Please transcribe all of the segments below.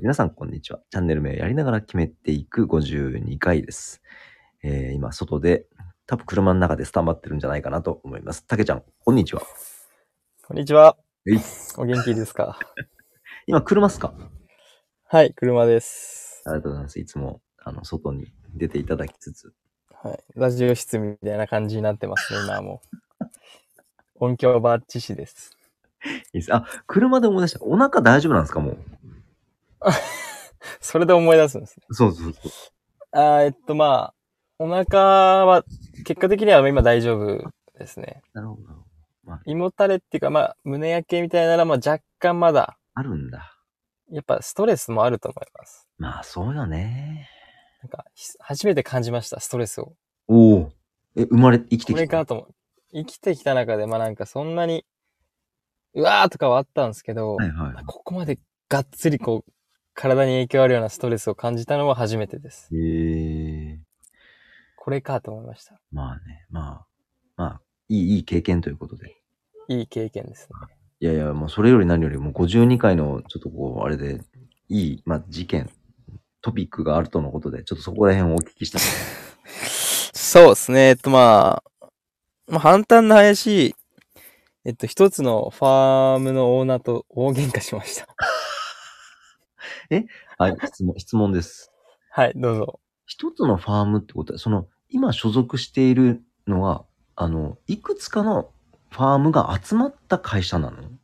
皆さん、こんにちは。チャンネル名やりながら決めていく52回です。えー今、外で、多分車の中でスタンバってるんじゃないかなと思います。たけちゃん、こんにちは。こんにちは。えいお元気ですか今、車っすかはい、車です。ありがとうございます。いつも、あの、外に出ていただきつつ。はい。ラジオ室みたいな感じになってます ね、今はもう。音響バッチ師です。いいっすあ、車で思い出した。お腹大丈夫なんですかもそれで思い出すんですね。う。そうそうそう。あーえっと、まあ、お腹は、結果的には今大丈夫ですね。なるほどなるほど。胃もたれっていうか、まあ、胸焼けみたいなら、まあ、若干まだ、あるんだ。やっぱストレスもあると思います。まあ、そうよね。なんか、ひ初めて感じました、ストレスを。おお。え、生まれ、生きてこれきた。かと思う。生きてきた中で、まあなんかそんなに、うわーとかはあったんですけど、はいはい。ここまでがっつりこう、体に影響あるようなストレスを感じたのは初めてです。えー、これかと思いました。まあね、まあ、まあ、いい、いい経験ということで。いい経験ですね。いやいや、もうそれより何よりも52回のちょっとこう、あれで、いい、まあ事件、トピックがあるとのことで、ちょっとそこら辺をお聞き したい。そうですね。えっとまあ、まあ、反対の林、えっと、一つのファームのオーナーと大喧嘩しました。はい、質問、質問です。はい、どうぞ。一つのファームってことは、その、今所属しているのは、あの、いくつかのファームが集まった会社なのうん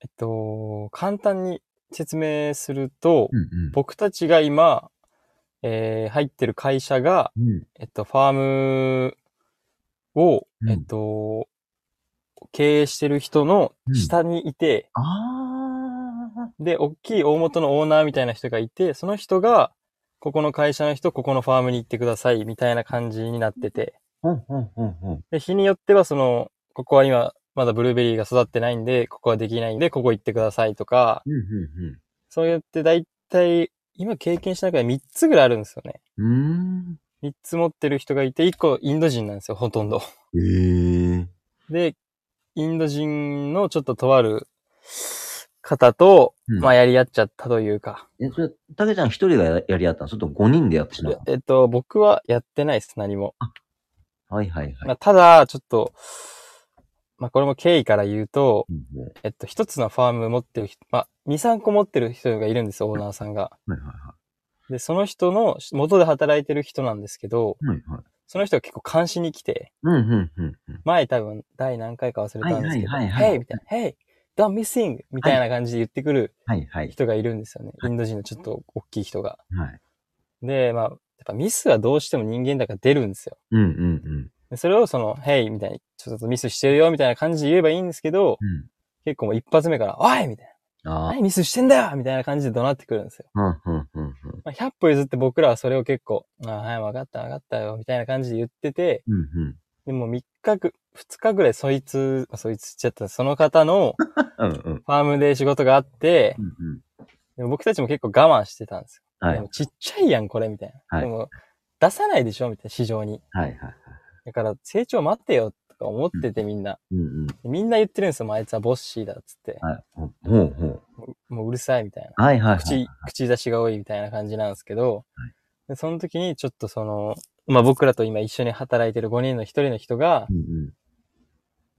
えっと、簡単に説明すると、うん。僕たちが今、えー入ってる会社が、うん、えっと、ファームを、うんえっと、経営してる人の下にいて、あで、大きい大元のオーナーみたいな人がいて、その人が、ここの会社の人、ここのファームに行ってください、みたいな感じになってて。ー。ほんほんほんほん。で、日によっては、その、ここは今、まだブルーベリーが育ってないんで、ここはできないんで、ここ行ってくださいとか、うんうんうん。そうやって大体、今経験した中で3つぐらいあるんですよね。うーん。 3つ持ってる人がいて、1個インド人なんですよ、ほとんど。えー。で、インド人のちょっととある方と、うんまあやり合っちゃったというか、え、それ、たけちゃん一人がややり合ったのそれと5人でやってしまったのえっと、僕はやってないです、何も。はいはいはい。まあ、ただ、ちょっと、まあこれも経緯から言うと、うんうんえっと、一つのファーム持ってる人、まあ、二、三個持ってる人がいるんですよ、オーナーさんが。はいはで、その人の、元で働いてる人なんですけど、いはい。はいはい。その人が結構監視に来て、うんうんうんうん。前多分、第何回か忘れたんですけど、はいはいはいはい Hey! みたいな、Hey! Don't missing! みたいな感じで言ってくる、はいはい。人がいるんですよね。はイいンド人のちょっと大きい人が。はい。で、まあ、やっぱミスはどうしても人間だから出るんですよ。うんうんうん。でそれをその、Hey! みたいに、ちょっとミスしてるよみたいな感じで言えばいいんですけど、結構もう一発目から、おいみたいうん。あな。あ。何ミスしてんだよみたいな感じで怒鳴ってくるんですよ。うんうんうんうん。まあ、100歩譲って僕らはそれを結構、ああ、はい、わかったわかったよ、みたいな感じで言ってて、うんうん。でも3日ぐ、2日ぐらいそいつ、あそいつっちゃった、その方のうんうん。ファームで仕事があってう、んうん。でも僕たちも結構我慢してたんですよはいでもちっちゃいやん、これ、みたいな。はいでも、出さないでしょ、みたいな、市場に。はいはいはい。だから、成長待ってよ、とか思ってて、みんな。うんうん。みんな言ってるんですよ、もうあいつはボッシーだ、っつって。はい。ほほうほう。もううるさい、みたいな。はいはいはい。口、口出しが多い、みたいな感じなんですけどはい、でその時に、ちょっとその、まあ僕らと今一緒に働いてる5人の1人の人がう、ん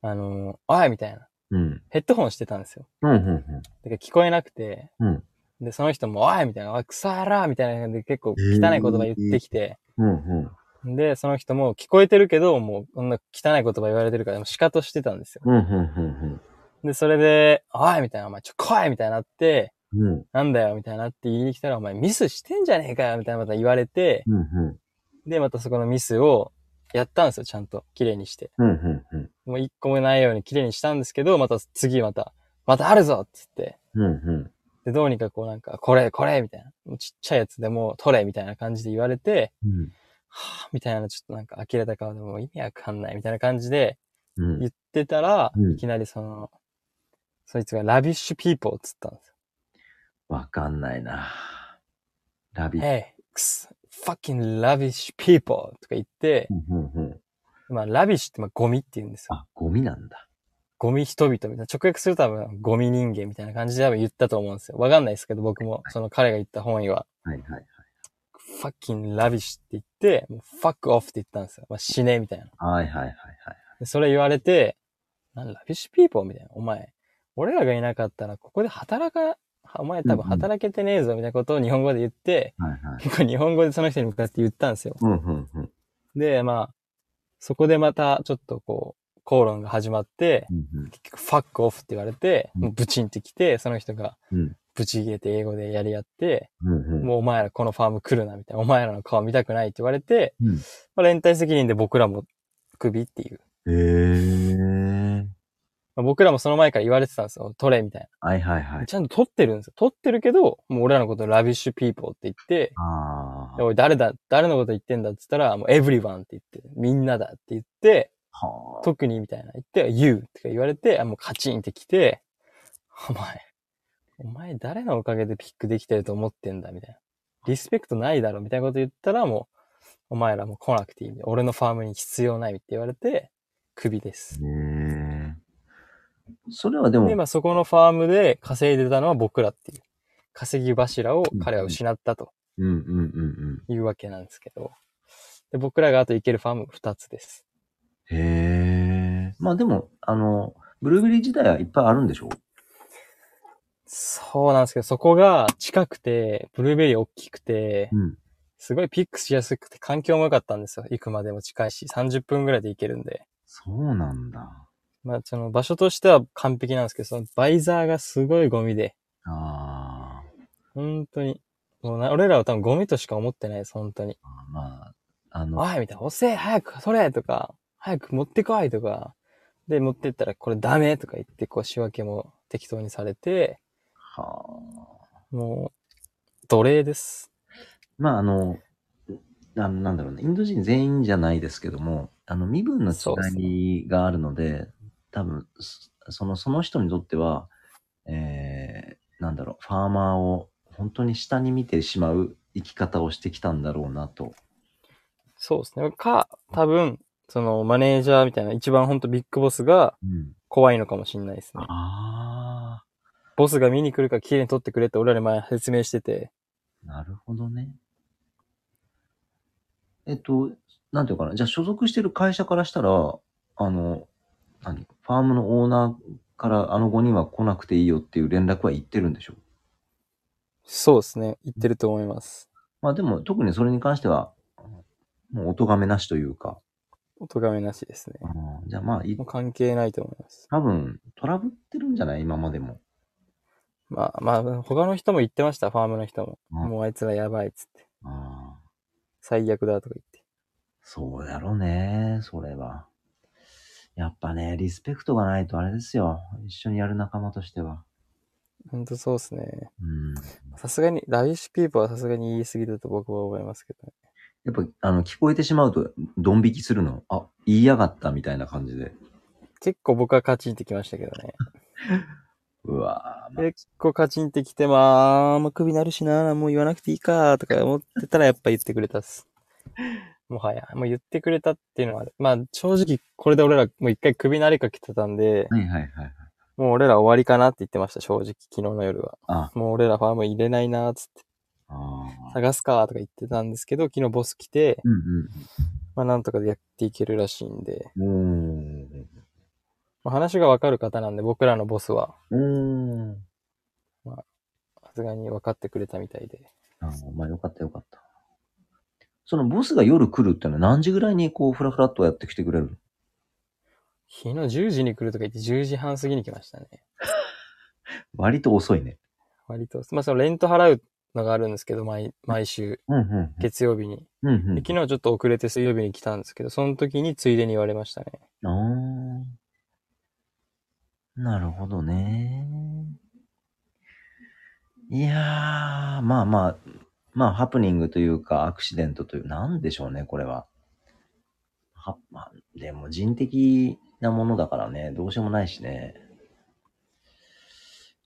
あのー、おいみたいな。うん。うん。ヘッドホンしてたんですよ。うんうんうん。だから聞こえなくて、うんで、その人も、おいみたいな、おい、くさらみたいな感じで結構汚い言葉言ってきて、うんうん。で、その人も聞こえてるけど、もうこんな汚い言葉言われてるから、もうシカトしてたんですよ。うんうんで、それで、おいみたいな、お前ちょ、来いみたいになって、うんうん。うんなんだよみたいになって言いに来たら、お前ミスしてんじゃねえかよみたいなまた言われて、うんうん。で、またそこのミスをやったんですよ、ちゃんと。綺麗にして。うんうんうん。もう一個もないように綺麗にしたんですけど、また次また、またあるぞっつって。うんうん。で、どうにかこうなんか、これ、これみたいな。もうちっちゃいやつでもう取れみたいな感じで言われて、うんはぁ、みたいな、ちょっとなんか呆れた顔でもう意味わかんないみたいな感じで、うん。言ってたら、うんいきなりその、そいつがラビッシュピーポーっつったんですわかんないな。ラビよ。ット。 Hey, くす fucking lavish people とか言ってう、んうんうん。まあ、ラビッシュってまあゴミって言うんですよ。あ、ゴミなんだ。ゴミ人々みたいな、直訳すると多分、ゴミ人間みたいな感じで多分言ったと思うんですよ。わかんないですけど、僕も、その彼が言った本意は、はいはい。ファッキンラビッシュって言って、もうファックオフって言ったんですよ。まあ、死ね、みたいな。はいはいはいはい。でそれ言われて、なんラビッシュピーポーみたいな。お前、俺らがいなかったら、ここで働か、お前多分うんうん働けてねえぞ、みたいなことを日本語で言って、はいはい。僕は日本語でその人に向かって言ったんですよ。うんうんうん。で、まあ、そこでまた、ちょっとこう、口論が始まってう、ん結局、ファックオフって言われて、うんもうブチンってきて、その人がうん、ブチ切れて英語でやり合って、うんうんうん。もうお前らこのファーム来るな、みたいな、お前らの顔見たくないって言われて、うんまあ、連帯責任で僕らもクビっていう。えー。まあ僕らもその前から言われてたんですよ。取れ、みたいな。はいはいはい。ちゃんと取ってるんですよ。取ってるけど、もう俺らのことをラビッシュピーポーって言って、あであ。おい、誰だ、誰のこと言ってんだって言ったら、もうエブリワンって言って、みんなだって言って、はあ。特にみたいな言って、You とか言われて、あもうカチンってきて、お前、お前誰のおかげでピックできてると思ってんだみたいな。リスペクトないだろみたいなこと言ったら、もう、お前らもう来なくていい。俺のファームに必要ないって言われて、クビです。えー。それはでも、で、今そこのファームで稼いでたのは僕らっていう。稼ぎ柱を彼は失ったとうんうんうんうん。いうわけなんですけど。で、僕らがあと行けるファーム2つです。へえ。まあでも、あの、ブルーベリー自体はいっぱいあるんでしょそうなんですけど、そこが近くて、ブルーベリー大きくて、ん。すごいピックしやすくて環境も良かったんですよ。行くまでも近いし、30分ぐらいで行けるんで。そうなんだ。まあ、その場所としては完璧なんですけど、そのバイザーがすごいゴミで、あ本当に、もうな俺らは多分ゴミとしか思ってないです、本当に。あ。まあ、あの、おいみたいな、押せ早く取れとか、早く持ってこいとか。で、持ってったらこれダメとか言って、こう仕分けも適当にされて、はあ。もう、奴隷です。まああの、あのなんだろうね、インド人全員じゃないですけども、あの身分の違いがあるので、多分そその、その人にとっては、えー、なんだろう、ファーマーを本当に下に見てしまう生き方をしてきたんだろうなと。そうですね。か、多分、そのマネージャーみたいな、一番本当ビッグボスがうん、怖いのかもしれないですね。あボスが見に来るから綺麗に撮ってくれって俺らに前説明してて、あ、なるほどね。えっと、なんていうかな、じゃあ所属してる会社からしたら、あの、何、ファームのオーナーからあの5人は来なくていいよっていう連絡は言ってるんでしょうそうですね。言ってると思います。まあでも特にそれに関しては、もうお咎めなしというか、お咎めなしですね。うんじゃあまあ、いもう関係ないと思います。多分トラブってるんじゃない今までも。まあまあ、他の人も言ってました、ファームの人も。うんもうあいつらやばいっつって。ああ、最悪だとか言って。そうだろうね、それは。やっぱね、リスペクトがないとあれですよ。一緒にやる仲間としては。ほんとそうですね。うんさすがに、ラビッシュピーポーはさすがに言い過ぎだと僕は思いますけどね。やっぱ、あの、聞こえてしまうと、ドン引きするの。あ、言いやがったみたいな感じで。結構僕はカチンってきましたけどね。うわぁ、ま結構カチンってきて、まあ、もう首なるしな、もう言わなくていいか、とか思ってたらやっぱ言ってくれたっす。もはや、もう言ってくれたっていうのはある。まあ、正直、これで俺らもう一回首なりかけてたんで、はいはいはい。もう俺ら終わりかなって言ってました、正直、昨日の夜は。あ、もう俺らファーム入れないな、つって、ああ。探すか、とか言ってたんですけど、昨日ボス来て、うんまあ、なんとかやっていけるらしいんで、うん。まあ、話がわかる方なんで、僕らのボスは、おー。おー。さすがに分かってくれたみたいで。あーまあ、よかったよかった。そのボスが夜来るってのは何時ぐらいにこう、ふらふらっとやってきてくれる昨日10時に来るとか言って10時半過ぎに来ましたね。割と遅いね。割と、まあそのレント払うのがあるんですけど、毎毎週、うんうん月曜日に。うん。うんうんで昨日ちょっと遅れて水曜日に来たんですけど、その時についでに言われましたね。ああ。なるほどね。いやー、まあまあ、まあ、ハプニングというか、アクシデントという、なんでしょうね、これは。は、まあ、でも人的なものだからね、どうしようもないしね。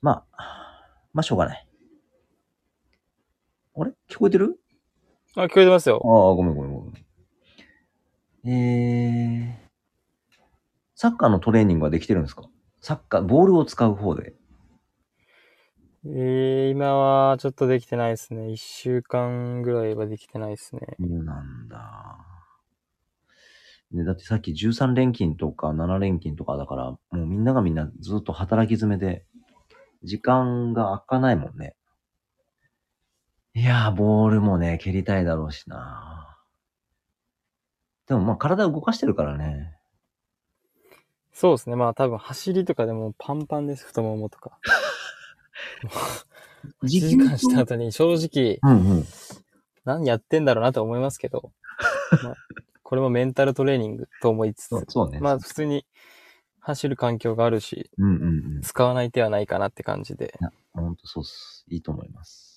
まあ、まあ、しょうがない。あれ聞こえてるあ、聞こえてますよ。ああ、ごめんごめんごめん。えー、サッカーのトレーニングはできてるんですかサッカー、ボールを使う方で。えー、今はちょっとできてないですね。一週間ぐらいはできてないですね。そうなんだ。ね、だってさっき13連勤とか7連勤とかだから、もうみんながみんなずっと働き詰めで、時間が空かないもんね。いやー、ボールもね、蹴りたいだろうしな。でもまあ体動かしてるからね。そうですね。まあ多分走りとかでもパンパンです。太ももとか。1時間した後に正直、うんうん。何やってんだろうなと思います けど、まあこれもメンタルトレーニングと思いつつそう、そうね。まあ普通に走る環境があるし、うんうんうん。使わない手はないかなって感じで、ほんとそうっす。いいと思います。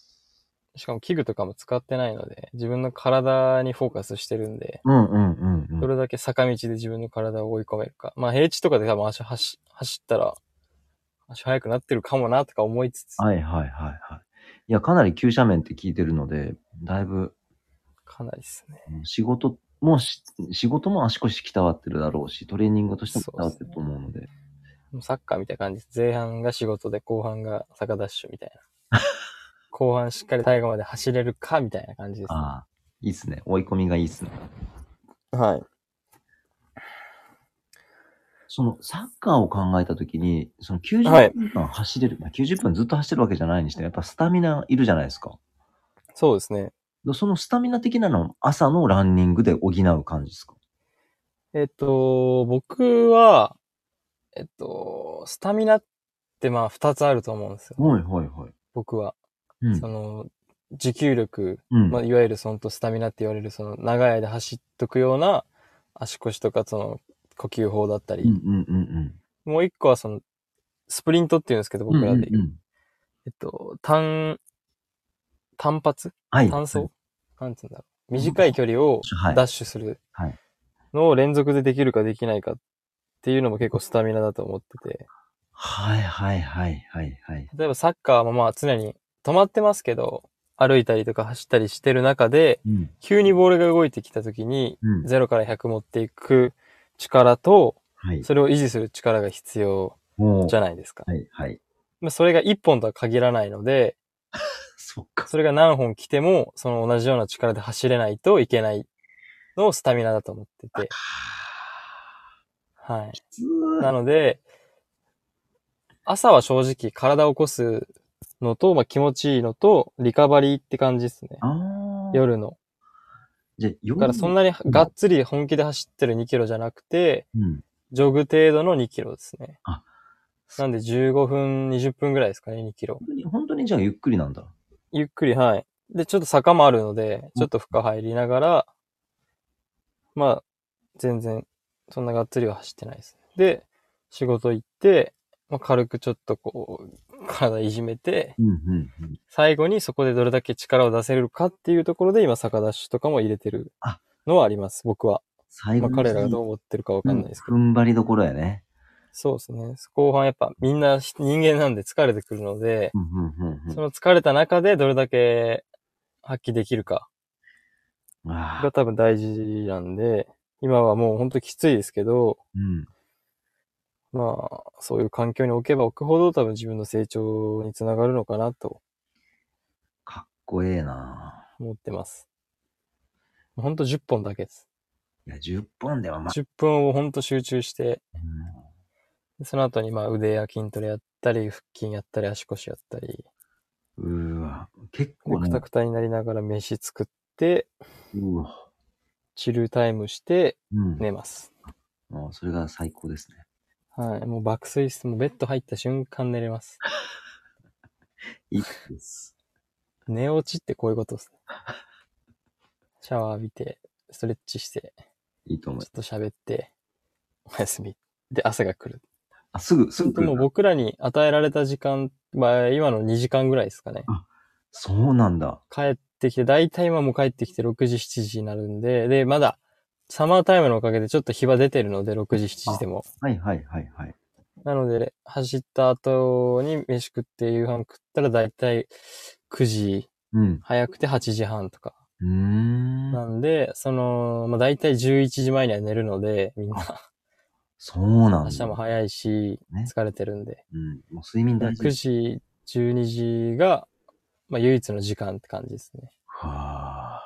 しかも器具とかも使ってないので、自分の体にフォーカスしてるんで、うんうんうんどうん。れだけ坂道で自分の体を追い込めるか。まあ平地とかで多分足走走ったら、足速くなってるかもなとか思いつつ、はいはいはいはい。いや、かなり急斜面って聞いてるので、だいぶかなりですね。うん仕事もし、仕事も足腰きたわってるだろうし、トレーニングとしてもきたわってると思うので。もうサッカーみたいな感じです。前半が仕事で、後半が坂ダッシュみたいな。 後半しっかり最後まで走れるかみたいな感じです。ああ、いいっすね。追い込みがいいっすね。はい。そのサッカーを考えたときに、そのはい90分間走れる、まあ90分ずっと走るわけじゃないにしても、やっぱスタミナいるじゃないですか。そうですね。でそのスタミナ的なのを朝のランニングで補う感じですかえっと、僕は、えっと、スタミナってまあ二つあると思うんですよ。はいはいはい。僕は。うんそ。の、持久力、うん。まあ、いわゆるそのとスタミナって言われる、その長い間走っとくような足腰とかその呼吸法だったり、うんうんうんうん。もう一個はその、スプリントっていうんですけど、僕らでう言う。んうんうんえっと、単、単発はい。単走、なんつうんだろう。短い距離をはい。ダッシュするはいのを連続でできるかできないかっていうのも結構スタミナだと思ってて。はいはいはいはいはい。例えばサッカーもまあ常に止まってますけど、歩いたりとか走ったりしてる中で、うん。急にボールが動いてきた時に、うん。 0から100持っていく力と、はい。それを維持する力が必要もう。じゃないですか。はいはい。まあ、それが1本とは限らないので、そっか。それが何本来ても、その同じような力で走れないといけないのをスタミナだと思ってて。はい。ずーなので、朝は正直体を起こすのと、まあ、気持ちいいのと、リカバリーって感じですね。ああ。夜の。じゃあ、夜だからそんなにがっつり本気で走ってる2キロじゃなくて、うん。ジョグ程度の2キロですねあ。なんで15分、20分ぐらいですかね、2キロ。本当に、本当にじゃあゆっくりなんだ。ゆっくり、はい。で、ちょっと坂もあるので、ちょっと負荷入りながら、まあ、全然、そんながっつりは走ってないです。で、仕事行って、まあ、軽くちょっとこう、体いじめて、うんうんうん。最後にそこでどれだけ力を出せるかっていうところで、今、坂ダッシュとかも入れてるあのはあります、僕は。最ま後あ、に彼らがどう思ってるかわかんないですけど。うん踏ん張りどころやね。そうですね。後半やっぱみんな人間なんで疲れてくるので、うんうんうんその疲れた中でどれだけ発揮できるかうん。ああが。多分大事なんで、今はもう本当きついですけど、うん。まあ、そういう環境に置けば置くほど多分自分の成長につながるのかなとかっこええな思ってます。本当10本だけです。いや、10本ではまあ、 10分を本当集中して、うんその後にまあ腕や筋トレやったり、腹筋やったり、足腰やったり、うーわ。結で構くねたくたになりながら飯作って、うわ。チルタイムしてうん。寝ます。もうそれが最高ですね。はい。もう爆睡室、もうベッド入った瞬間寝れます。いいです。寝落ちってこういうことですね。シャワー浴びて、ストレッチして、いいとちょ思っいます。と喋って、おやすみ。で、朝が来る。あ、すぐ、すするぐ来とるもう僕らに与えられた時間、まあ、今の2時間ぐらいですかね。そうなんだ。帰ってきて、大体今もう帰ってきて6時、7時になるんで、で、まだ、サマータイムのおかげでちょっと日は出てるので、6時、7時でも。はいはいはいはい。なので、走った後に飯食って夕飯食ったら大体9時、うん。早くて8時半とか。うーん。なんで、その、まあ、大体11時前には寝るので、みんな。そうなんだ。明日も早いし、ね疲れてるんで。うん。もう睡眠大事9。時、12時が、まあ唯一の時間って感じですね。はあ。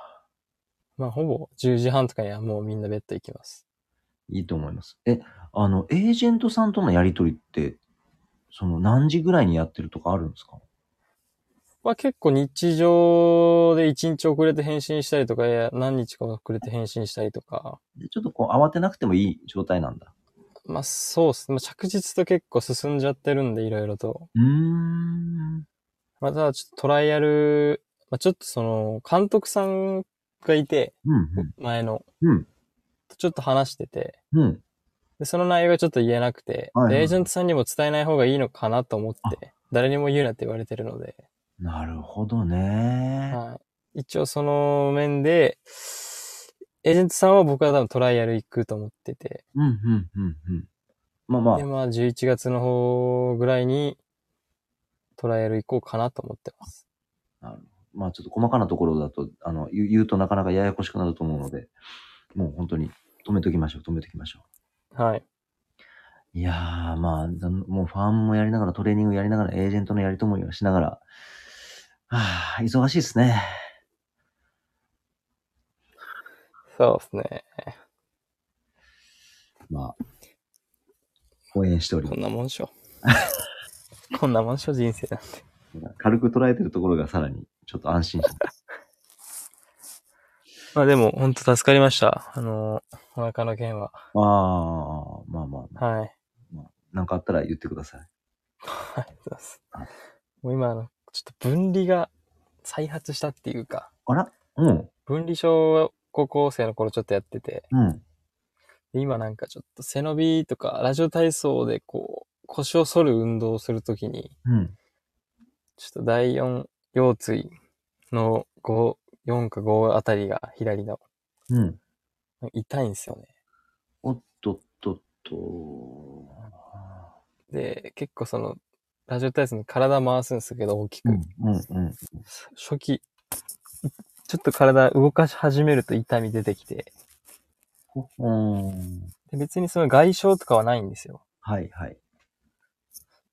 まあほぼ10時半とかにはもうみんなベッド行きます。いいと思います。え、あの、エージェントさんとのやりとりって、その何時ぐらいにやってるとかあるんですかまあ結構日常で1日遅れて返信したりとか、いや何日か遅れて返信したりとか、でちょっとこう慌てなくてもいい状態なんだ。まあそうっすね。まあ着実と結構進んじゃってるんでいろいろと。うーん。まあただちょっとトライアル、まあちょっとその監督さんがいて、うん、前の、うんちょっと話してて、うん。うん。で、その内容がちょっと言えなくて、はいはいでエージェントさんにも伝えない方がいいのかなと思って、誰にも言うなって言われてるので、なるほどね。はい、一応その面で、エージェントさんは僕は多分トライアル行くと思ってて、うん、うん、うん、うん。まあまあで、、まあ11月の方ぐらいにトライアル行こうかなと思ってます。まあちょっと細かなところだと、あの、言う言うとなかなかややこしくなると思うので、もう本当に止めときましょう、止めときましょう。はい。いやー、まあ、ざんもうファンもやりながら、トレーニングやりながら、エージェントのやりともしながら、はあ、忙しいですね。そうですね。まあ、応援しておりこまんなもんでしょ。 こんなもんでしょ、人生なんて。す。軽く捉えてるところがさらに、ちょっと安心して。まあでも、ほんと助かりました。あの、お腹の件は。 ああ、まあまあまあ、はい。なんかあったら言ってください。ありがとうございますはい。もう今、あのちょっと分離が再発したっていうか、あらうん、分離症を高校生の頃ちょっとやってて、うん。で今なんかちょっと背伸びとか、ラジオ体操でこう、腰を反る運動をするときに、うん。ちょっと第4腰椎の5、4か5あたりが左の、うん。痛いんですよね。おっとっとっと。で、結構その、ラジオ体操の体回すんですけど、大きく。うん、うん、うん。初期、ちょっと体動かし始めると痛み出てきて、ほほーん。で別にその外傷とかはないんですよ。はい、はい。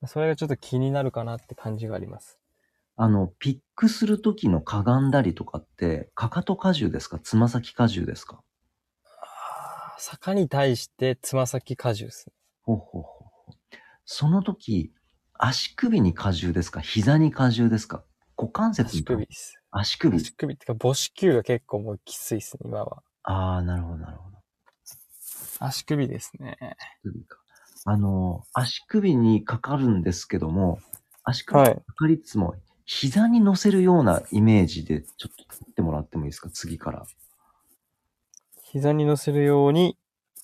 それがちょっと気になるかなって感じがあります。あの、ピックするときのかがんだりとかって、かかと荷重ですかつま先荷重ですかあー坂に対してつま先荷重ですね。ほうほうほうほうその時、足首に荷重ですか膝に荷重ですか股関節に足首です。足首。足首ってか母子球が結構もうきついですね、今は。ああ、なるほど、なるほど。足首ですね。足首か。あの、足首にかかるんですけども、足首はにい。かかりつつも、膝に乗せるようなイメージで、ちょっと取ってもらってもいいですか次から。膝に乗せるように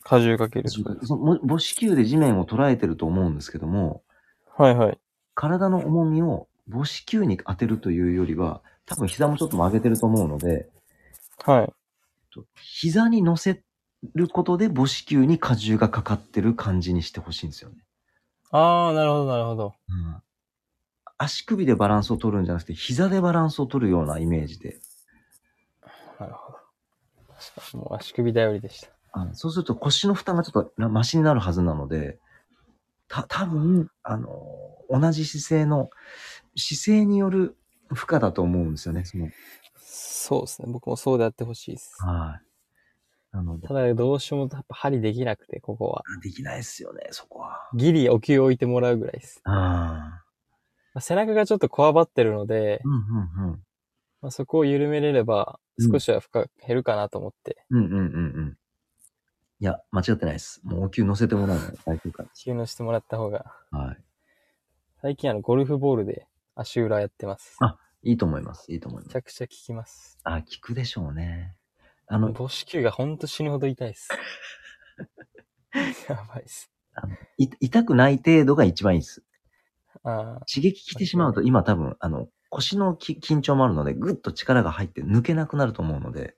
荷重かける。そのも母子球で地面を捉えてると思うんですけども、はいはい。体の重みを母子球に当てるというよりは、多分膝もちょっと曲げてると思うので、はい。と膝に乗せることで母子球に荷重がかかってる感じにしてほしいんですよね。ああ、なるほどなるほど。うん、足首でバランスを取るんじゃなくて、膝でバランスを取るようなイメージで。なるほど。確かにもう足首頼りでした。あのそうすると腰の負担がちょっとなマシになるはずなので、た、多分あの同じ姿勢の、姿勢による負荷だと思うんですよね。そのそうですね。僕もそうであってほしいです。はい。なのでた、だどうしてもやっぱ針できなくて、ここは。できないですよね、そこは。ギリお灸を置いてもらうぐらいです。ああ。まあ背中がちょっとこわばってるので、うんうんうん。まあ、そこを緩めれればうん少しは負荷が減るかなと思って、うんうんうんうん。いや、間違ってないです。もうお給乗せてもらうのが大丈夫か収納してもらった方が。ら。はい。最近あの、ゴルフボールで足裏やってます。あいいと思います。いいと思いまめちす。ゃくちゃ効きます。あ、聞くでしょうね。あの、母子球がほんと死ぬほど痛い です。やばいっす。い痛くない程度が一番いいです。ああ、刺激来てしまうと、今多分、あの、腰のき緊張もあるので、ぐっと力が入って抜けなくなると思うので、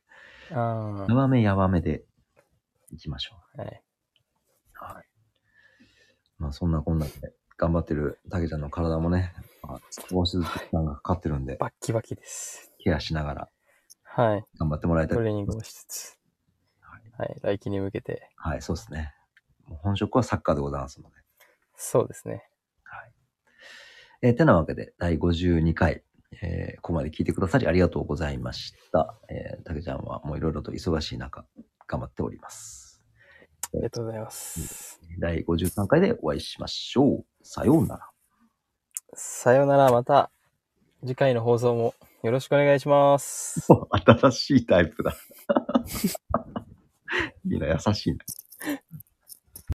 あやわめやわめでいきましょう。あ、はい。はい。まあそんなこんなで頑張ってるたけちゃんの体もね、まあ、少しずつ負担がかかってるんで、バッキバキです。ケアしながらはい。頑張ってもらいたいト。レーニングをしつつ、ははい。来季に向けて、はい、そうですね。本職はサッカーでございますので。そうですね。えーてなわけで、第52回、えーここまで聞いてくださりありがとうございました。えー、たけちゃんはもういろいろと忙しい中、頑張っております。ありがとうございます。第53回でお会いしましょう。さようなら。さようなら、また次回の放送もよろしくお願いし ます。新しいタイプだ。みんな優しいな。